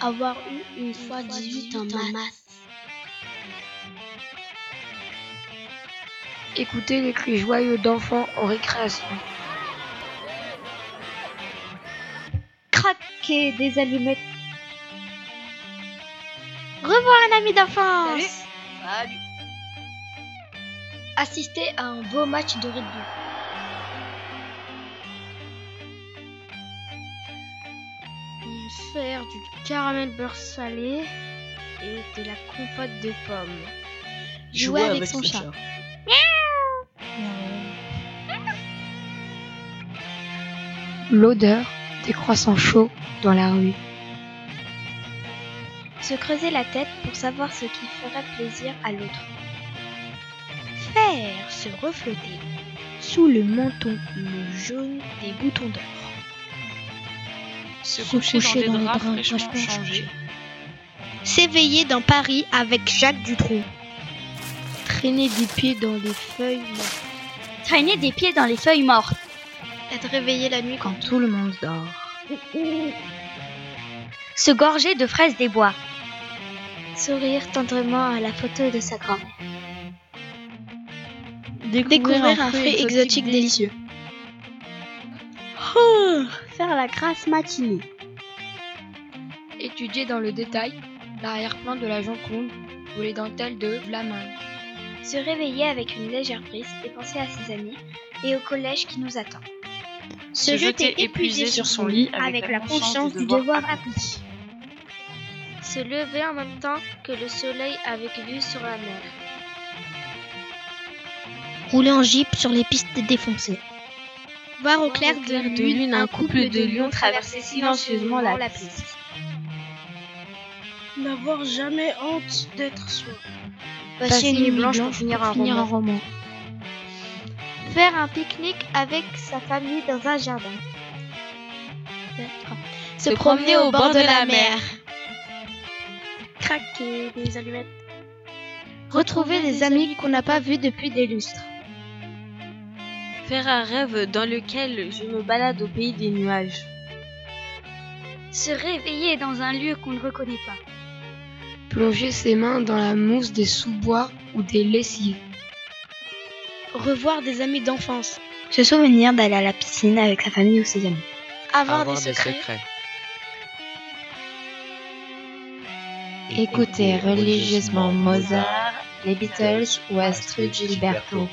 Avoir eu une fois 18 en masse. Écoutez les cris joyeux d'enfants en récréation. Craquer des allumettes. Revoir un ami d'enfance. Salut. Assister à un beau match de rugby. Faire du caramel beurre salé et de la compote de pommes. Jouer, avec, son, chat. L'odeur des croissants chauds dans la rue. Se creuser la tête pour savoir ce qui ferait plaisir à l'autre. Faire se reflotter sous le menton le jaune des boutons d'or. Se coucher, dans, les draps fraîchement, changés. S'éveiller dans Paris avec Jacques Dutronc. Traîner des pieds dans les feuilles. Traîner des pieds dans les feuilles mortes. Être réveillé la nuit Quand tout le monde dort. Se gorger de fraises des bois. Sourire tendrement à la photo de sa grand-mère. Découvrir un fruit exotique délicieux. Faire la grasse matinée. Étudier dans le détail l'arrière-plan de la Joconde ou les dentelles de Vlaminck. Se réveiller avec une légère brise et penser à ses amis et au collège qui nous attend. Se jeter épuisé sur son lit avec, la conscience du devoir accompli. Se lever en même temps que le soleil avec vue sur la mer. Rouler en jeep sur les pistes défoncées. Voir au clair de lune un couple de lions traverser silencieusement la piste. N'avoir jamais honte d'être soi. Passer une nuit blanche pour finir un roman. roman. Faire un pique-nique avec sa famille dans un jardin. Se promener au bord de la mer. Craquer des allumettes. Retrouver des amis qu'on n'a pas vus depuis des lustres. Faire un rêve dans lequel je me balade au pays des nuages. Se réveiller dans un lieu qu'on ne reconnaît pas. Plonger ses mains dans la mousse des sous-bois ou des lessives. Revoir des amis d'enfance. Se souvenir d'aller à la piscine avec sa famille ou ses amis. Avoir, des secrets. Écoutez religieusement Mozart, les Beatles ou Astrid Gilberto.